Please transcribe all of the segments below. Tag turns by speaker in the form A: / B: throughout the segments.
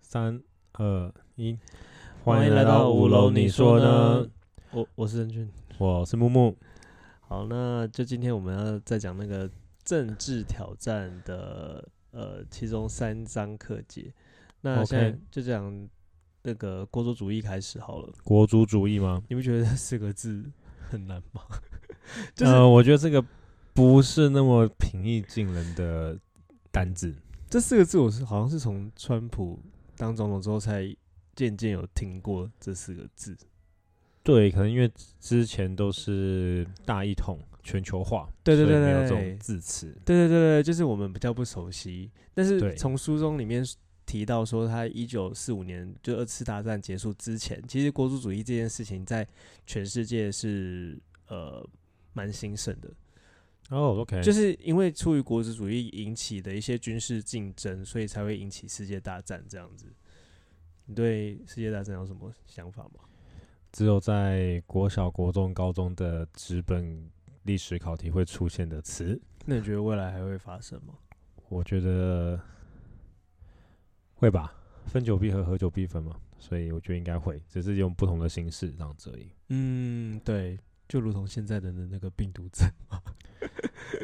A: 三二一，
B: 欢迎来到五楼你说呢？我我是任俊。
A: 我是木木，
B: 好，那就今天我们要再讲那个政治挑战的呃其中三章课节。那
A: OK
B: 现在就讲那个国族主义开始好了。
A: 国族主义吗？
B: 你不觉得这四个字很难吗？就是、
A: 呃，我觉得这个不是那么平易近人的单字。
B: 这四个字，我是好像是从川普当总统之后才渐渐有听过这四个字。
A: 对，可能因为之前都是大一统、全球化，
B: 对对
A: 所以
B: 对
A: 没有这
B: 对
A: 种字词。
B: 对对对对，就是我们比较不熟悉，但是
A: 对
B: 从书中里面提到说，他一九四五年就二次大战结束之前，其实国族主义这件事情在全世界是呃蛮兴盛的，
A: 哦，OK，
B: 就是是因为出于国族主义引起的一些军事竞争，所以才会引起世界大战这样子。你对世界大战有什么想法吗？
A: 只有在国小、国中、高中的纸本历史考题会出现的词。
B: 那你觉得未来还会发生吗？
A: 我觉得会吧，分久必合，合久必分嘛，所以我觉得应该会，只是用不同的形式这样子而已。
B: 嗯，对，就如同现在的那个病毒战。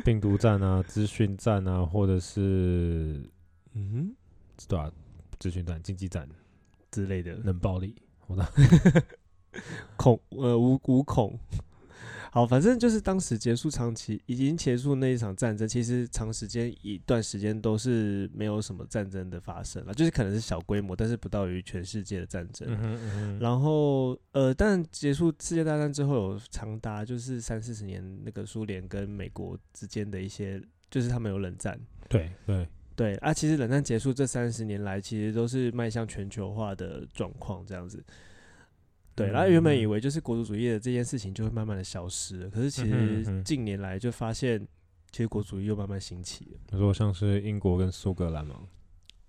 A: 病毒战啊，资讯战啊，或者是
B: 嗯哼。
A: 对啊，资讯战、经济战、
B: 之类的
A: 冷暴力，我的
B: 恐呃无无恐。好，反正就是当时结束长期已经结束那一场战争，其实长时间一段时间都是没有什么战争的发生了，就是可能是小规模，但是不到于全世界的战争。
A: 嗯哼嗯哼，
B: 然后呃，但结束世界大战之后，有长达就是三四十年那个苏联跟美国之间的一些，就是他们有冷战。
A: 对对，
B: 对啊，其实冷战结束这三十年来，其实都是迈向全球化的状况这样子。对，然后原本以
A: 为
B: 为就是国族主义的这件事情就会慢慢的消失了，可是其
A: 嗯嗯哼嗯
B: 实
A: 哼
B: 近年来就发现，其实国族主义又慢慢兴起了。
A: 你说像是英国跟苏格兰嘛，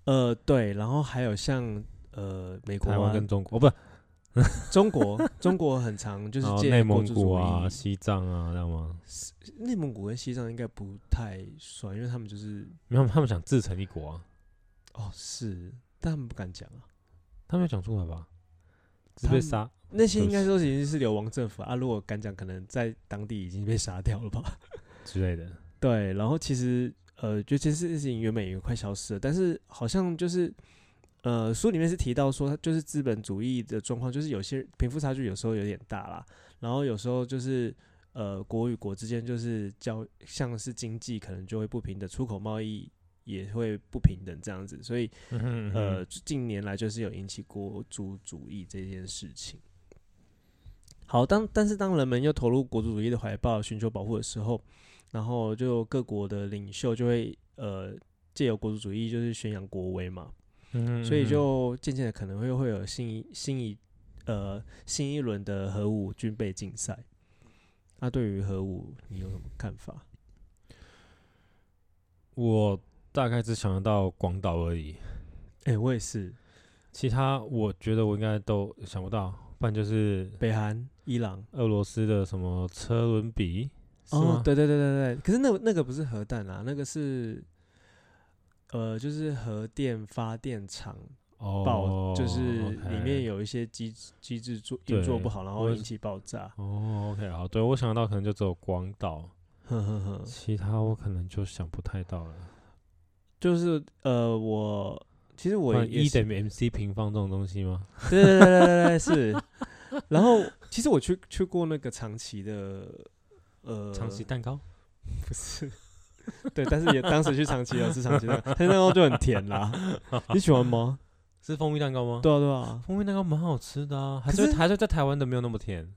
B: 呃，对，然后还有像呃美国、
A: 台湾
B: 啊、
A: 跟中国，哦不，
B: 中国，中国很长就是
A: 然后
B: 借
A: 哦内
B: 国
A: 蒙
B: 族主
A: 古
B: 义
A: 啊、西藏啊，知道吗？
B: 内蒙古跟西藏应该不太算，因为他们就是
A: 因为他们他们想自成一国啊，
B: 哦是，但他们不敢讲啊，
A: 他们有讲出来吧？是
B: 他
A: 被
B: 们
A: 杀，
B: 那些应该
A: 是
B: 都已经是流亡政府啊，如果敢讲，可能在当地已经被杀掉了吧。
A: 之类的。
B: 对，然后其实呃，就这件事情原本也快消失了，但是好像就是呃，书里面是提到说，它就是资本主义的状况，就是有些贫富差距有时候有点大啦，然后有时候就是呃，国与国之间就是交像是经济可能就会不平等，出口贸易也会不平等这样子，所以
A: 嗯哼嗯哼
B: 呃，近年来就是有引起国族主义这件事情。好，当但是当人们又投入国族主义的怀抱，寻求保护的时候，然后就各国的领袖就会呃借由国族主义就是宣扬国威嘛，
A: 嗯哼
B: 所以
A: 嗯哼
B: 就渐渐的可能会会有新一新一呃新一轮的核武军备竞赛。那、对于核武，你有什么看法？
A: 我大概只想得到广岛而已，
B: 哎、我也是，
A: 其他我觉得我应该都想不到，不然就是
B: 北韩、伊朗。
A: 俄罗斯的什么车轮比，是
B: 哦
A: 吗，
B: 对对对对对，可是那个那个不是核弹啊啦，那个是，呃，就是核电发电厂
A: 哦，
B: 爆，就是里面
A: 有
B: 有一些机制机制做运作不好，然后
A: 我
B: 引起爆炸。
A: 哦，OK，好，对我想得到可能就只有广岛，
B: 呵呵呵，
A: 其他我可能就想不太到了。
B: 就是呃，我其实我也
A: 一
B: 是
A: 等于 MC 平方这种东西吗？
B: 对对对对对对是。 然后其实我去去过那个长崎的，呃，
A: 长崎蛋糕，
B: 不是。对，但是也当时去长崎有吃长崎蛋糕，它蛋糕就很甜啦。 你喜欢吗？
A: 是蜂蜜蛋糕吗？，
B: 对啊，对啊。
A: 蜂蜜蛋糕蛮好吃的啊，还
B: 可
A: 是
B: 是
A: 还是在台湾的没有那么甜，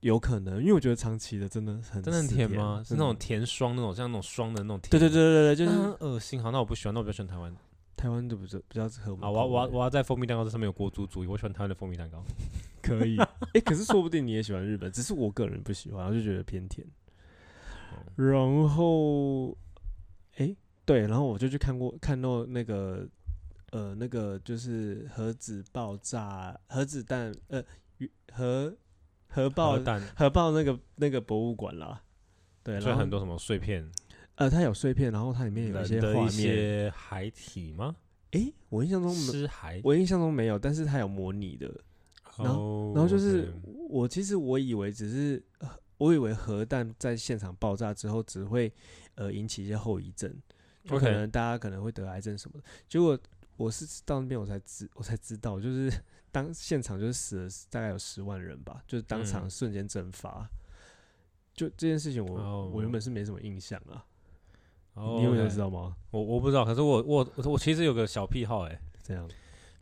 B: 有可能，因为我觉得长期的真的很
A: 真的很
B: 死
A: 甜吗？是那种
B: 嗯
A: 甜霜那种，像那种霜的那种甜。
B: 对对对对对，就
A: 那
B: 是
A: 很恶心。好，那我不喜欢，那我比较喜欢台湾。
B: 台湾的比较比较合们
A: 啊，我要我要
B: 口味
A: 我要在蜂蜜蛋糕这上面有国族主义，我喜欢台湾的蜂蜜蛋糕。
B: 可 以，哎，可是说不定你也喜欢日本，只是我个人不喜欢，我就觉得偏甜。
A: 哦
B: 然后，哎，对，然后我就去看过看到那个呃那个就是核子爆炸、核子弹呃核核爆
A: 核弹，
B: 核爆那个那个博物馆啦，对，
A: 所以
B: 然后
A: 很多什么碎片，
B: 呃它有碎片，然后它里面有一
A: 人
B: 些
A: 的
B: 画
A: 一
B: 面。
A: 些海体吗？
B: 诶、我印象中没，
A: 尸骸，
B: 我印象中没有，但是它有模拟的。然
A: 后
B: 然后就是我其实我以为只是，呃我以为核弹在现场爆炸之后只会呃引起一些后遗症，就可
A: 哦 OK
B: 能大家可能会得癌症什么的。结果我是到那边我才知我才知道，就是 当现场就是死了大概有十万人吧，就是当场
A: 嗯
B: 瞬间蒸发。就这件事情我，我、
A: 哦
B: 原本是没什么印象啊，
A: 哦
B: 你有没有
A: OK
B: 知道吗？
A: 我我不知道，可是我我我其实有个小癖好哎、
B: 这样，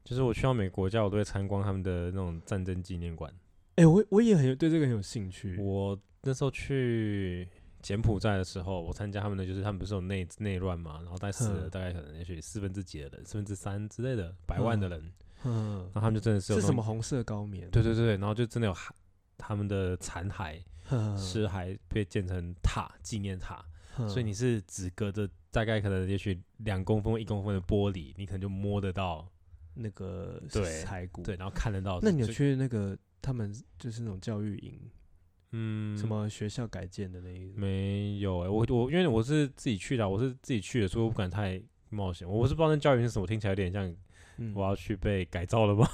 A: 就是我去到每个国家，我都会参观他们的那种战争纪念馆。
B: 哎、我我也很有对这个很有兴趣。
A: 我那时候去柬埔寨的时候，我参加他们的，就是他们不是有内内乱嘛，然后大概死了
B: 嗯
A: 大概可能也许四分之几的人，四分之三之类的百万的人，
B: 嗯
A: 然，后他们就真的是有
B: 是
A: 那
B: 什
A: 种
B: 么？红色高棉？
A: 对对对，然后就真的有骸他们的残骸
B: 嗯，
A: 尸骸被建成塔纪念塔，
B: 嗯，
A: 所以你是只隔着大概可能也许两公分一公分的玻璃，你可能就摸得到，
B: 那个
A: 对
B: 骸骨。
A: 对，，然后看得到。
B: 那你有
A: 就
B: 去那个他们就是那种教育营，
A: 嗯
B: 什么学校改建的那一？
A: 没有哎、我我因为我是自己去的啊，我是自己去的，所以我不敢太冒险。我是不知道那教育是什么，听起来有点像
B: 嗯，
A: 我要去被改造了吧？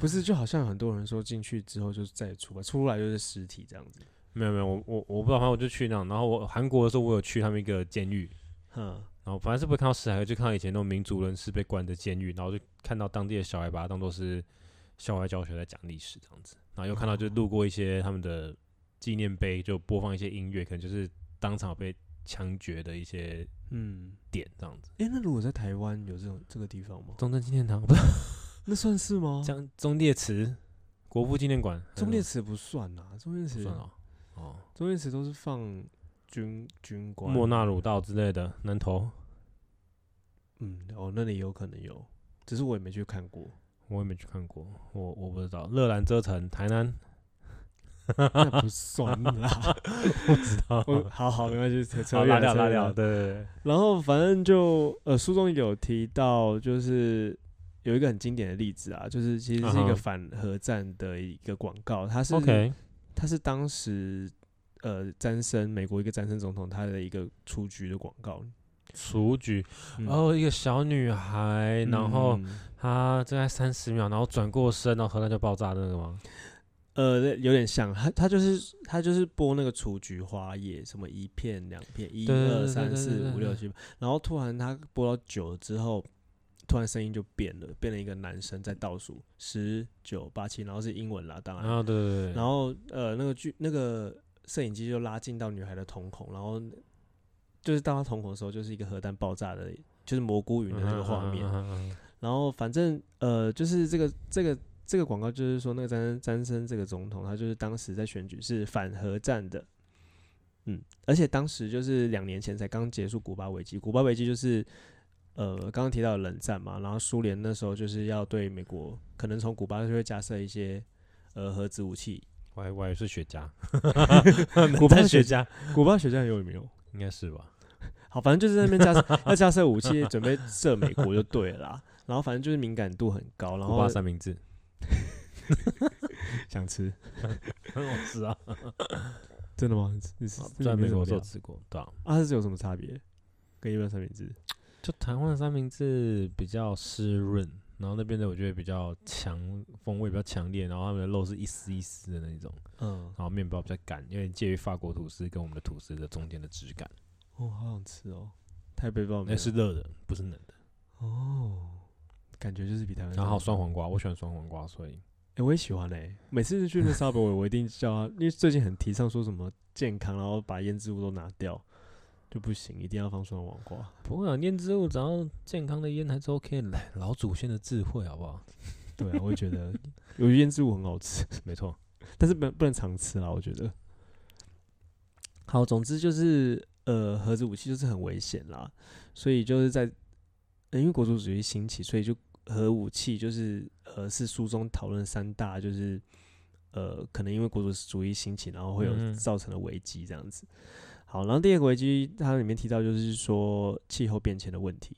B: 不是，就好像很多人说进去之后就再也出不来，出来就是尸体这样子。
A: 没有没有，我我我不知道，反正我就去那样。然后我韩国的时候，我有去他们一个监狱，
B: 嗯，
A: 然后反正是不会看到尸骸，就看到以前那种民族人士被关的监狱，然后就看到当地的小孩把它当做是校外教学在讲历史这样子，然后又看到就路过一些他们的纪念碑，就播放一些音乐，可能就是当场被枪决的一些
B: 嗯，
A: 点这样子。
B: 哎、那如果在台湾有这种这个地方吗？
A: 中正纪念堂不是
B: 那算是吗？
A: 像中烈祠、国父纪念馆、
B: 忠哦烈
A: 祠
B: 祠不算啊，忠烈祠，
A: 算了哦，
B: 忠烈祠都是放军军官。啊
A: 莫纳鲁道之类的南投，
B: 嗯，哦，那里有可能有，只是我也没去看 过。
A: 我也没去看过，我我不知道。乐兰遮城，台南，
B: 那不算啦，
A: 不知道。
B: 我好好没关系，扯扯
A: 嗯好，拉
B: 远了
A: 掉
B: 扯
A: 拉
B: 远
A: 掉，
B: 了
A: 对对对。
B: 然后反正就呃，书中有提到，就是有一个很经典的例子啊，就是其实是一
A: 嗯
B: 个
A: 哼
B: 反核战的一个广告，它是
A: OK，
B: 它是当时呃詹森美国一个詹森总统他的一个出局的广告，
A: 雏菊，
B: 嗯
A: 哦，一个小女孩，然后
B: 嗯
A: 她大概三十秒，然后转过身，然后核弹就爆炸那个吗？
B: 呃有点像，他他就是他就是播那个雏菊花叶，什么一片两片一
A: 对对对
B: 二
A: 对
B: 三
A: 对
B: 四
A: 对
B: 五
A: 对
B: 六七，然后突然他播到九之后，突然声音就变了，变了一个男生在倒数十九八七，然后是英文啦，当然，
A: 啊，对对对，
B: 然后呃那个剧那个摄影机就拉近到女孩的瞳孔，然后就是到她瞳孔的时候，就是一个核弹爆炸的，就是蘑菇云的那个画面，
A: 嗯哼嗯哼嗯哼
B: 然后反正呃，就是这个这个这个广告，就是说那个詹詹森这个总统，他就是当时在选举是反核战的，嗯，而且当时就是两年前才刚结束古巴危机，古巴危机就是呃刚刚提到的冷战嘛，然后苏联那时候就是要对美国，可能从古巴就会架设一些呃核子武器，
A: 我还我还以为是雪茄，
B: 古巴
A: 冷战
B: 雪
A: 雪茄
B: 古巴雪茄有没哦有？
A: 应该是吧？
B: 好，反正就是在那边架设 要架设武器，准备射美国就对了啦。然后反正就是敏感度很高，然
A: 古
B: 后
A: 巴三明 治，
B: 想吃，
A: 很
B: 哦
A: 好吃啊，
B: 真的吗？你是 你
A: 在
B: 没
A: 美
B: 怎
A: 国的
B: 么
A: 时候
B: 样
A: 吃过，对啊，
B: 啊，这是有什么差别？跟一般三明治？
A: 就台湾的三明治比较湿润，然后那边的我觉得比较强，风味比较强烈，然后他们的肉是一丝一丝的那种，
B: 嗯，
A: 然后面包比较干，因为介于法国吐司跟我们的吐司的中间的质感，
B: 哦，好想吃哦，啊台北包没
A: 那
B: 有
A: 是热的，不是冷的。
B: 哦，感觉就是比台湾
A: 然后还有
B: 酸。
A: 酸黄瓜，我喜欢酸黄瓜，所以
B: 哎、我也喜欢哎、每 次去那 Subway，我一定叫他，因为最近很提倡说什么健康，然后把腌制物都拿掉，就不行，一定要放酸黄瓜。
A: 不过啊，腌制物只要健康的腌还是 OK 的， 来老祖先的智慧好不 好？
B: 对啊，我也觉得有腌制物很好吃，
A: 没错，
B: 但是不能不能常吃啦，我觉得。好，总之就是呃，核子武器就是很危险啦，所以就是在、呃因为国族主义兴起，所以就核武器就是呃是书中讨论三大就是呃可能因为国族主义兴起，然后会有
A: 嗯
B: 造成的危机这样子。好，然后第二个危机它里面提到就是说气候变迁的问题，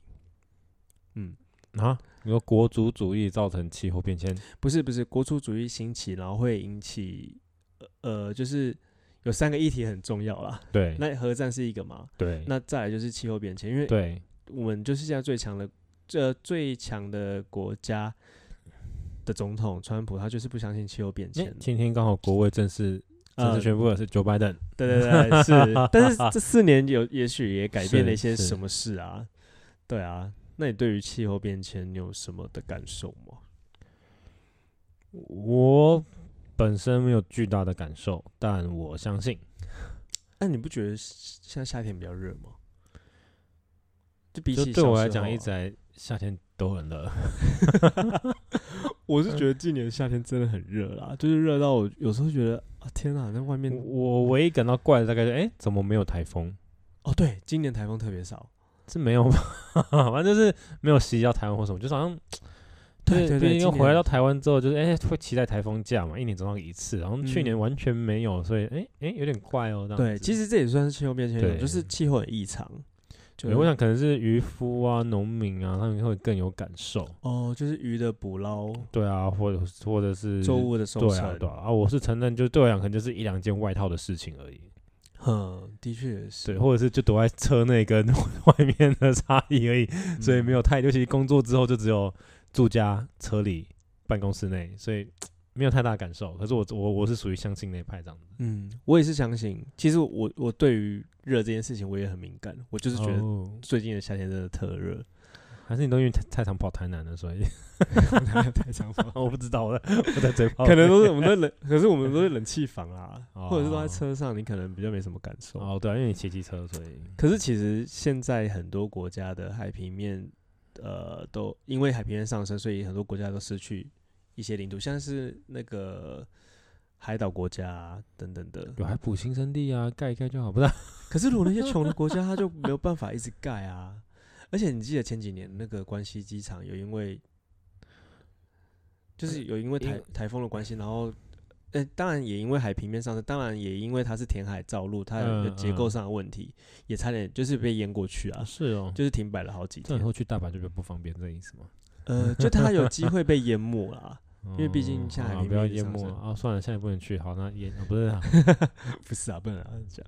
B: 嗯，
A: 啊，你说国族主义造成气候变迁，
B: 不是不是，国族主义兴起，然后会引起呃呃，就是有三个议题很重要啦。
A: 对，
B: 那核战是一个嘛，
A: 对，
B: 那再来就是气候变迁，因为
A: 对，
B: 我们就是现在最强的呃最强的国家的总统川普，他就是不相信气候变
A: 诶
B: 迁。
A: 今天刚好国卫正式正式
B: 呃
A: 宣布的是 Joe Biden，
B: 对对对， 是。但是这四年有也许也改变了一些
A: 是是
B: 什么事啊？对啊，那你对于气候变迁你有什么的感受吗？
A: 我本身没有巨大的感受，但我相信，
B: 那你不觉得现在夏天比较热吗？就比
A: 就
B: 起
A: 对
B: 小
A: 我来
B: 时
A: 讲，
B: 候
A: 一
B: 啊
A: 直来夏天都很热。
B: 我是觉得今年夏天真的很热啦，就是热到我有时候觉得啊，天啊，在外面
A: 我唯一感到怪的大概是，哎、怎么没有台风？
B: 哦，对，今年台风特别少，
A: 这没有吧？ 反正就是没有袭到台湾或什么，就是好像就是毕
B: 对对，
A: 竟
B: 今
A: 回来
B: 年
A: 到台湾之后，就是哎、会期待台风假嘛，一年总要一次，然后去年
B: 嗯
A: 完全没有，所以哎哎、有点怪哦。这样
B: 对，
A: 子
B: 其实这也算是气候变迁一种，
A: 对
B: 就是气候很异常，就
A: 对我想可能是渔夫啊、农民啊，他们会更有感受。
B: 哦，就是鱼的捕捞、
A: 对啊，或者或者是
B: 作物的收
A: 对
B: 成
A: 啊，对啊，啊我是承认，就对我来讲，可能就是一两件外套的事情而已。
B: 嗯，的确也
A: 对，
B: 是，
A: 或者是就躲在车内跟 外面的差异而已，所
B: 嗯
A: 以没有太，尤其工作之后就只有住家、车里、办公室内，所以没有太大感受。可是我我我是属于相信那一派这样子，
B: 嗯，我也是相信，其实我我对于热这件事情我也很敏感，我就是觉得
A: 哦
B: 最近的夏天真的特热，
A: 还是你都因为太太常跑台南了，所 以
B: 太想法。
A: 我不知道了，我在嘴炮你，
B: 可能都是我们的冷，可是我们都是冷气房啊，
A: 哦
B: 或者是都在车上，你可能比较没什么感受。
A: 哦，对、啊，因为你骑机车，所以
B: 可是其实现在很多国家的海平面，呃，都因为海平面上升，所以很多国家都失去一些领土，像是那个海岛国家、啊、等等的。
A: 有还补新生地啊，盖一盖就好，不是啊、
B: 可是如果那些穷的国家，它就没有办法一直盖啊。而且你记得前几年那个关西机场有因为，就是有因为
A: 呃因
B: 台
A: 为
B: 台风的关系，然后，呃，当然也因为海平面上升，当然也因为它是填海造陆，它有一个
A: 嗯
B: 结构
A: 嗯
B: 上的问题，也差点就是被淹过去啊，
A: 是哦，
B: 就是停摆了好几
A: 这
B: 天
A: 样以。后去大阪就比较不方便，这意思吗？
B: 呃，就它有机会被淹没啦，因为毕竟
A: 哦
B: 现在
A: 好啦
B: 海平
A: 不要
B: 面
A: 淹
B: 上
A: 没
B: 升
A: 了啊！算了，现在不能去。好，那淹、啊、不是、啊、
B: 不是啊，不能这样讲。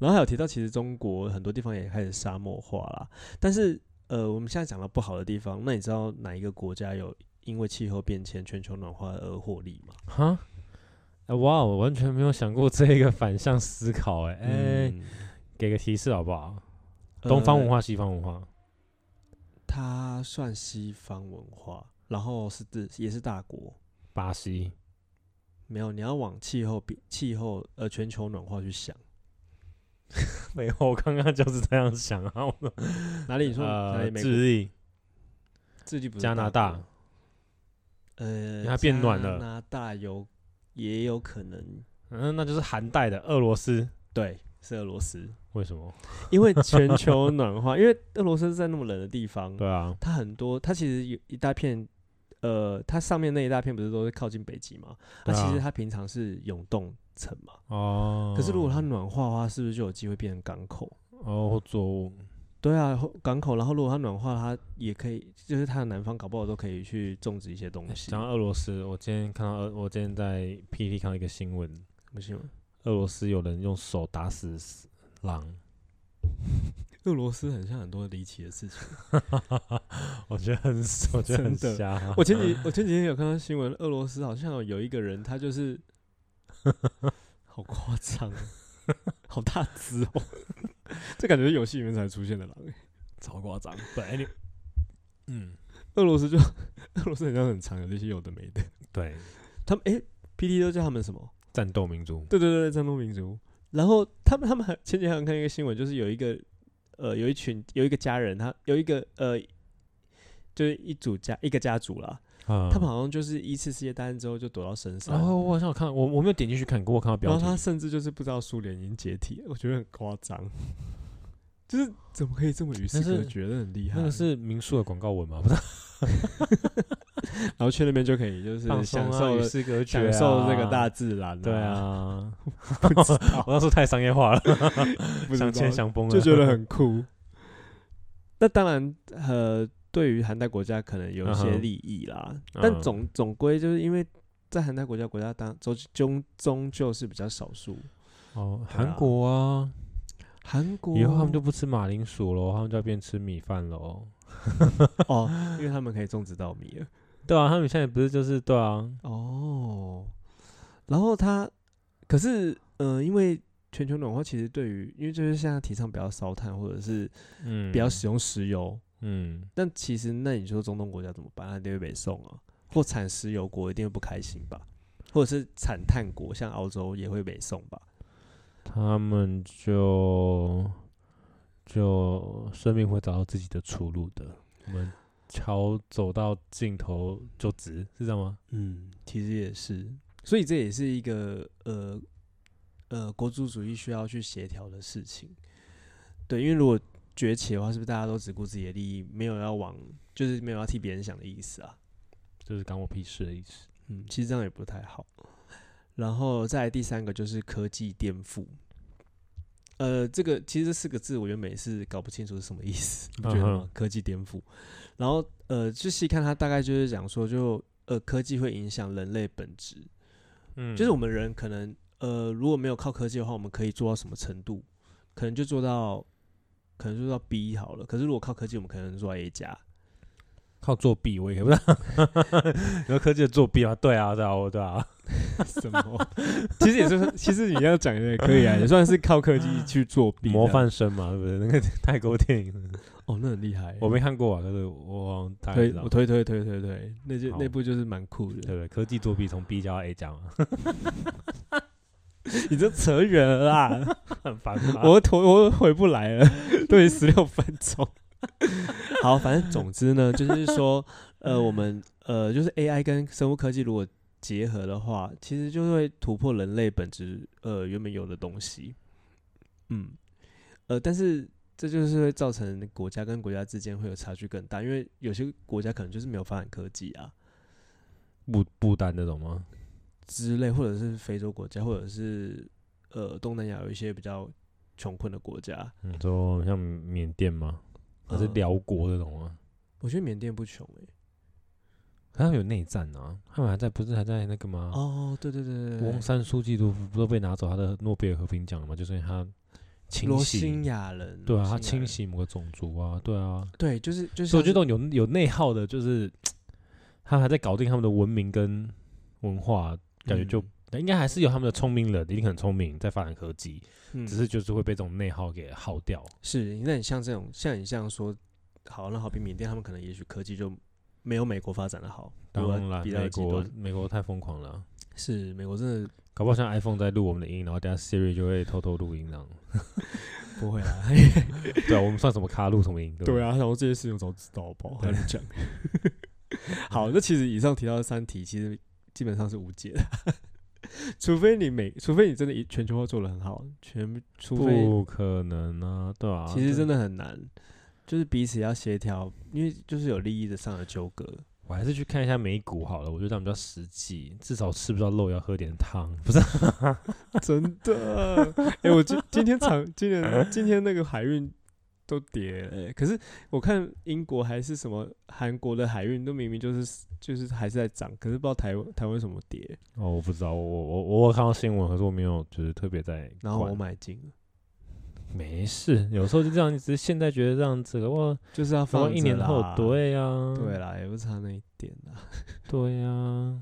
B: 然后还有提到，其实中国很多地方也开始沙漠化啦。但是，呃，我们现在讲到不好的地方，那你知道哪一个国家有因为气候变迁、全球暖化而获利吗？
A: 哈？哎哇，我完全没有想过这个反向思考、哎、哎、
B: 嗯，
A: 给个提示好不好？
B: 呃
A: 东方文，化、西方文化，
B: 它算西方文化，然后是自也是大国。
A: 巴 西、
B: 没有，你要往气候变、气候呃全球暖化去想。
A: 没有，我刚刚就是这样想啊。我
B: 哪里？你说哪
A: 呃，
B: 里？美国
A: 智利，
B: 智利不是
A: 加拿
B: 大
A: 大
B: 国？呃，
A: 它变暖了
B: 加拿大有也有可能，
A: 嗯，那就是寒带的俄罗斯。
B: 对，是俄罗斯。
A: 为什么？
B: 因为全球暖化，因为俄罗斯是在那么冷的地方，
A: 对啊，
B: 它很多，它其实有一大片，呃，它上面那一大片不是都是靠近北极嘛？那、
A: 对啊
B: 其实它平常是永冻层嘛。
A: 哦，
B: 嗯可是如果它暖化的话，是不是就有机会变成港口？
A: 哦作物，
B: 对啊，后港口。然后如果它暖化，它也可以，就是它的南方搞不好都可以去种植一些东西。
A: 讲到俄罗斯，我今天看到俄，我今天在 PT 看到一个新闻，
B: 不行吗，
A: 俄罗斯有人用手打死死狼。
B: 俄罗斯很像很多离奇的事情。
A: 我觉得很，我觉得很
B: 真的
A: 瞎啊。
B: 我前几我前几天有看到新闻，俄罗斯好像有一个人，他就是 好夸张啊，好大只哦， 这感觉是游戏里面才出现的狼欸。
A: 超夸张，本来你，嗯，
B: 俄罗斯就 俄罗斯好像很常有这些有的没的，
A: 对，
B: 他们哎、p D 都叫他们什么？
A: 战斗民族，
B: 对对对，战斗民族。然后他们他们还前几天还看一个新闻，就是有一个呃有一群有一个家人，他有一个呃就是一组家一个家族啦，
A: 啊
B: 他们好像就是一次世界大战之后就躲到深山，
A: 然后哦我好像有看，我我没有点进去看过，我看到
B: 然
A: 标
B: 后
A: 题，
B: 他甚至就是不知道苏联已经解体了，我觉得很夸张， 就是怎么可以这么与世
A: 但是
B: 隔绝，那很厉害。
A: 那个是民宿的广告 文嘛，不是
B: 然后去那边就可以就是
A: 放松
B: 享
A: 啊，
B: 受、
A: 与世隔绝啊，
B: 享受这个大自然、
A: 对，啊，
B: 不知 道
A: 我那时候太商业化了，
B: 不知道
A: 想钱想崩了，
B: 就觉得很酷。啊 那当然，呃，对于寒带国家可能有一
A: 嗯
B: 些
A: 哼
B: 利益啦，
A: 嗯
B: 但总总归就是因为在寒带国家国家当终终终究是比较少数。
A: 哦，
B: 对啊
A: 韩国啊，
B: 韩国
A: 以后他们就不吃马铃薯喽，他们就要变吃米饭喽，
B: 哦，因为他们可以种植稻米了。
A: 对啊，他们现在不是就是对啊，
B: 哦，然后他可是呃，因为全球暖化其实对于，因为就是现在提倡不要烧炭或者是
A: 嗯，
B: 不要使用石油，
A: 嗯，
B: 但其实那你说中东国家怎么办？他一定会被送啊，或产石油国一定会不开心吧，或者是产碳国像澳洲也会被送吧。
A: 他们就就生命会找到自己的出路的。我们桥走到尽头就直，是这样吗？
B: 嗯，其实也是，所以这也是一个呃呃国族主义需要去协调的事情。对，因为如果崛起的话，是不是大家都只顾自己的利益，没有要往就是没有要替别人想的意思啊？
A: 就是干我屁事的意思。
B: 嗯，其实这样也不太好。然后再来第三个就是科技颠覆。呃，这个其实这四个字我原本也是搞不清楚是什么意思，你不觉得
A: 嗯
B: 吗
A: 哼？
B: 科技颠覆。然后呃，就细看它大概就是讲说就，呃科技会影响人类本质，
A: 嗯
B: 就是我们人可能呃，如果没有靠科技的话，我们可以做到什么程度？可能就做到，可能就做到 B 好了。可是如果靠科技，我们可能做到 A 加。
A: 靠作弊，我也不知道。 你说科技的作弊啊？对啊，对啊，我对 啊。
B: 什么？ 其实也是，其实你要讲也可以啊，也算是靠科技去作弊这样。
A: 模范生嘛，对不对？那个泰国电影
B: 哦，那很厉害。
A: 我没看过啊，可是我好像大概
B: 推
A: 知道
B: 我。推推推推推，那就
A: 好
B: 那部就是蛮酷的。
A: 对不对？科技作弊从 B 加到 A 加嘛，
B: 你这扯远了啦，
A: 很烦吧？
B: 我回我回不来了，对，十六分钟。 好，反正总之呢，就是说，呃，我们呃，就是 AI 跟生物科技如果结合的话，其实就会突破人类本质呃原本有的东西。嗯，呃，但是这就是会造成国家跟国家之间会有差距更大，因为有些国家可能就是没有发展科技啊
A: 不不丹那种吗？
B: 之类，或者是非洲国家，或者是呃东南亚有一些比较穷困的国家。
A: 你说像缅甸吗？还是
B: 呃
A: 辽国那种吗？
B: 我觉得缅甸不穷欸诶、
A: 他们有内战啊，他们还在不是还在那个吗？
B: 哦，对对对对
A: 翁
B: 对，
A: 山书记都不都被拿走他的诺贝尔和平奖了嘛？就是因为他清
B: 罗
A: 洗
B: 兴，亚人，
A: 对啊，
B: 罗
A: 他
B: 兴亚
A: 清
B: 人，
A: 洗某个种族啊，对啊，
B: 对，就是就是
A: 所以
B: 像
A: 我觉
B: 是，
A: 得有有内耗的，就是他还在搞定他们的文明跟文化，感觉就
B: 嗯
A: 应该还是有他们的聪明人，一定很聪明，在发展科技，
B: 嗯
A: 只是就是会被这种内耗给耗掉。
B: 是，那你像这种，像你这样说，好，那好比缅甸，他们可能也许科技就没有美国发展的好，如
A: 当
B: 果
A: 然，
B: 比较
A: 美
B: 极
A: 国
B: 端
A: 美国太疯狂了啊，
B: 是美国真的
A: 搞不好像 iPhone 在录我们的音，然后等下 Siri 就会偷偷录音这样。
B: 不会啦，
A: 对啊，我们算什么咖录什么音？对不对
B: 对啊，然后这些事情我早知道吧，还 能讲。好，那其实以上提到的三题，其实基本上是无解的， 除非你每，除非你真的一全球化做的很好，全除非
A: 不可能啊，对啊，
B: 其实
A: 这
B: 真的很难，就是彼此要协调，因为就是有利益的上的纠葛。
A: 我还是去看一下美股好了，我觉得这样比较实际，至少吃不到肉要喝点汤，不是啊？
B: 真的，哎、我今今天场今天今天那个海运都跌了、欸可是我看英国还是什么韩国的海运都明明就是就是还是在涨，可是不知道台湾台湾为什么跌，
A: 哦，我不知道，我我我我看到新闻，可是我没有就是特别在管。
B: 然后我买进了，
A: 没事，有时候就这样，只是现在觉得这样子，哇，
B: 就是要
A: 放
B: 放
A: 一年
B: 着
A: 后
B: 啦，
A: 对啊，
B: 对啦，也不差那一点啦。
A: 对 啊，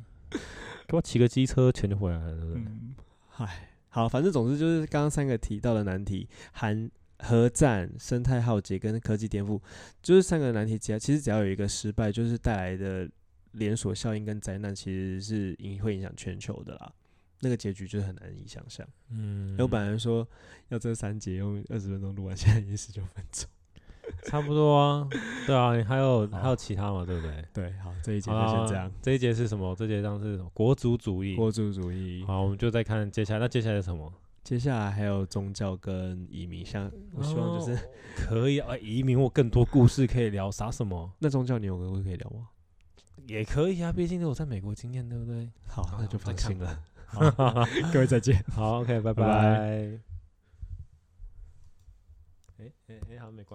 A: 给我骑个机车钱就回来了，对不对？
B: 嗯，嗨，好，反正总之就是刚刚三个提到的难题，含核战、生态浩劫跟科技颠覆，就是三个难题，只要其实只要有一个失败，就是带来的连锁效应跟灾难，其实是影会影响全球的啦。那个结局就是很难以想象。
A: 嗯，
B: 哎我本来说 要这三节用二十分钟录完，现在已经十九分钟。
A: 差不多啊，对啊，你还有
B: 好
A: 还有其他嘛，对不对？
B: 对，好，这一节
A: 好
B: 就
A: 啦
B: 先这样。
A: 这一节是什么？这节上是什么国族主义。
B: 国主主义，
A: 好，我们就再看接下来，那接下来是什么？
B: 接下来还有宗教跟移民，像我希望就是、
A: 哦可以啊，呃移民或更多故事可以聊，啥什么
B: 那宗教你有个可以聊吗？
A: 也可以啊，毕竟都有在美国经验，对不 对？
B: 好，那就放心了。
A: 好
B: 各位再见。
A: 好，OK，拜
B: 拜
A: 拜。哎哎哎，好像没关好。